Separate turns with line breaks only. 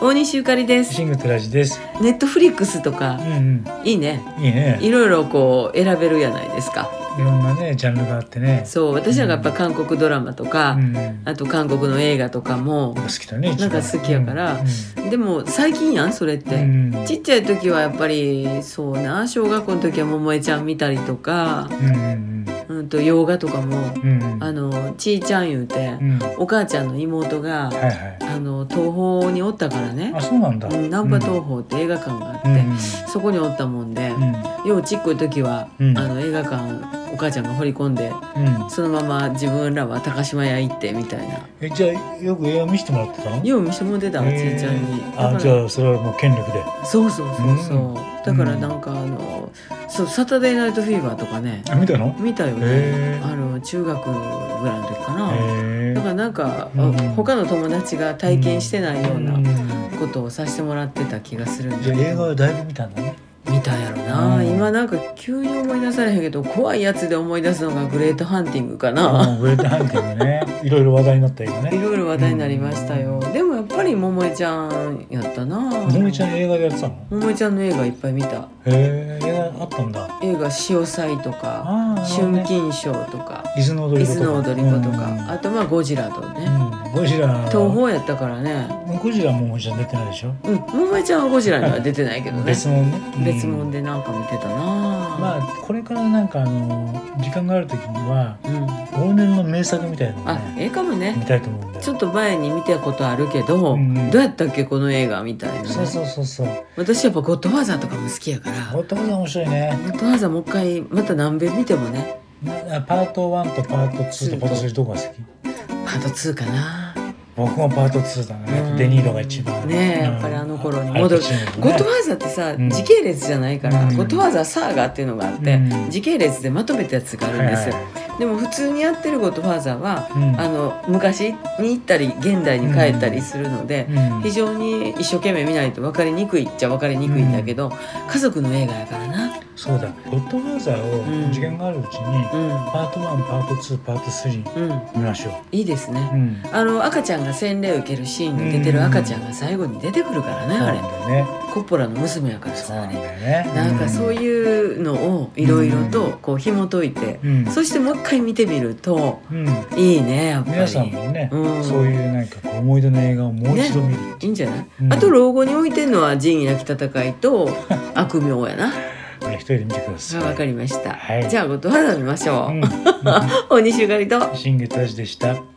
大西ゆかりです
シングトラジです。
ネットフリックスとか
うん
いいね
うん。いいね。
いろいろこう選べるやないですか
いろんなねジャンルがあってね。
そう私らがやっぱ韓国ドラマとか、
うんうん。
あと韓国の映画とかも
好きだね。一
なん
番
か好きやからでも最近やんそれっ
う
て、
んうん。
ちっちゃい時はやっぱりそうな小学校の時は桃江ちゃん見たりとか、
うんうん
うん、と洋画とかも、
うんうんうん。
あのちいちゃん言うて、
うん。は
お母ちゃんの妹が、
いはい。
あの東宝におったからね
あそうなんだ。
うん難波東宝って映画館があって、
うんうん
そこにおったもんで、ようちっこい時は、
うん
あの映画館お母ちゃんが掘り込んで
うんうん。
そのまま自分らは高島屋行ってみたいな
えじゃあよく映画見せてもらってたの？
よう見せてもらってたわち
えー
いちゃんに。
あ
だ
じ
から
ゃあそれはもう権力で。
そうそうそうそう、
うん
だからなんかあのそう「サタデーナイトフィーバー」とかね
あ見たの？
見たよ
へ
ね
ー
あの中学ぐらいの時かな、
へ
だ
ー
からなんか、あ
うん
他の友達が体験してないよう
う
なんことをさせてもらってた気がするん
じ
で
ゃあ映画はだいぶ見たんだね。
見たんやろな、
うん
今なんか急に思い出されへんけど怖いやつで思い出すのがグレートハンティングか
う
な、
ん。ウェイトハンティングね。いろいろ話題になった映画
い
ね。
ろいろ話題になりましたよ、でもやっぱり桃江ちゃんやったな
のみちゃん映画でやってたの？
桃江ちゃんの映画いっぱい見た
へえ映画あったんだ。
映画「潮騒」とか
あ
「
あ
春金賞」とか
伊豆の
「
踊
伊
り子
豆
とか
の踊り子」とか、
うん
あとまあ「ゴジラ」とね、
うんゴジラ
東宝やったからね
ゴジラももちろん出てないでしょ、
うん桃江ちゃんはゴジラには出てないけどね
別物ね、うん
別物でなんか見てたな
まあこれからなんかあの時間がある時には
うん、
往年の名作みたいなのを
あ
ね
ええかもね
見たいと思うんだよ
ちょっと前に見たことあるけど、
うん
どうやったっけこの映画みたいなね
そうそうそうそう
私やっぱ「ゴッドファーザー」とかも好きやから「
ゴッドファーザー面白いね
ゴッドファーザー」もう一回また何遍見てもね
なパート1とパート2とパート3どこが好き
パート2かな
僕もパート2だね、
うん
デニーロが一番
ねえやっぱりあの頃に戻るゴッドファーザーってさ、
うん
時系列じゃないから、
うん
ゴッドファーザーサーガーっていうのがあって、
うん
時系列でまとめたやつがあるんですよ、でも普通にやってるゴッドファーザーは、あの昔に行ったり現代に帰ったりするので、非常に一生懸命見ないと分かりにくいっちゃ分かりにくいんだけど、家族の映画やからな、
そうだゴッドファーザーを時間があるうちに、
う
パート1パート2パート3
んうん、
見ましょ
いいです
う、
ね、
ん
あの赤ちゃんが洗礼を受けるシーンに出てる赤ちゃんが最後に出てくるからね、
そう
あ
なん
れ
だよね。
コッポラの娘やから
そうな
さ、
んだよね。
なんかそういうのをいろいろとこう紐解いて、
うん、うん、
そしてもう一回見てみると
うん、
いいねやっぱり
皆さんもね、
うん
そういうなんかこう思い出の映画をもう一度見る。
いいんじゃない、
うん
あと老後に置いてんのは仁義なき戦いと悪名やな
一人で見てください。
わかりました、
はい
じゃあごとはざ見ましょう、
うん、
大西ゆかりと
シングタジでした。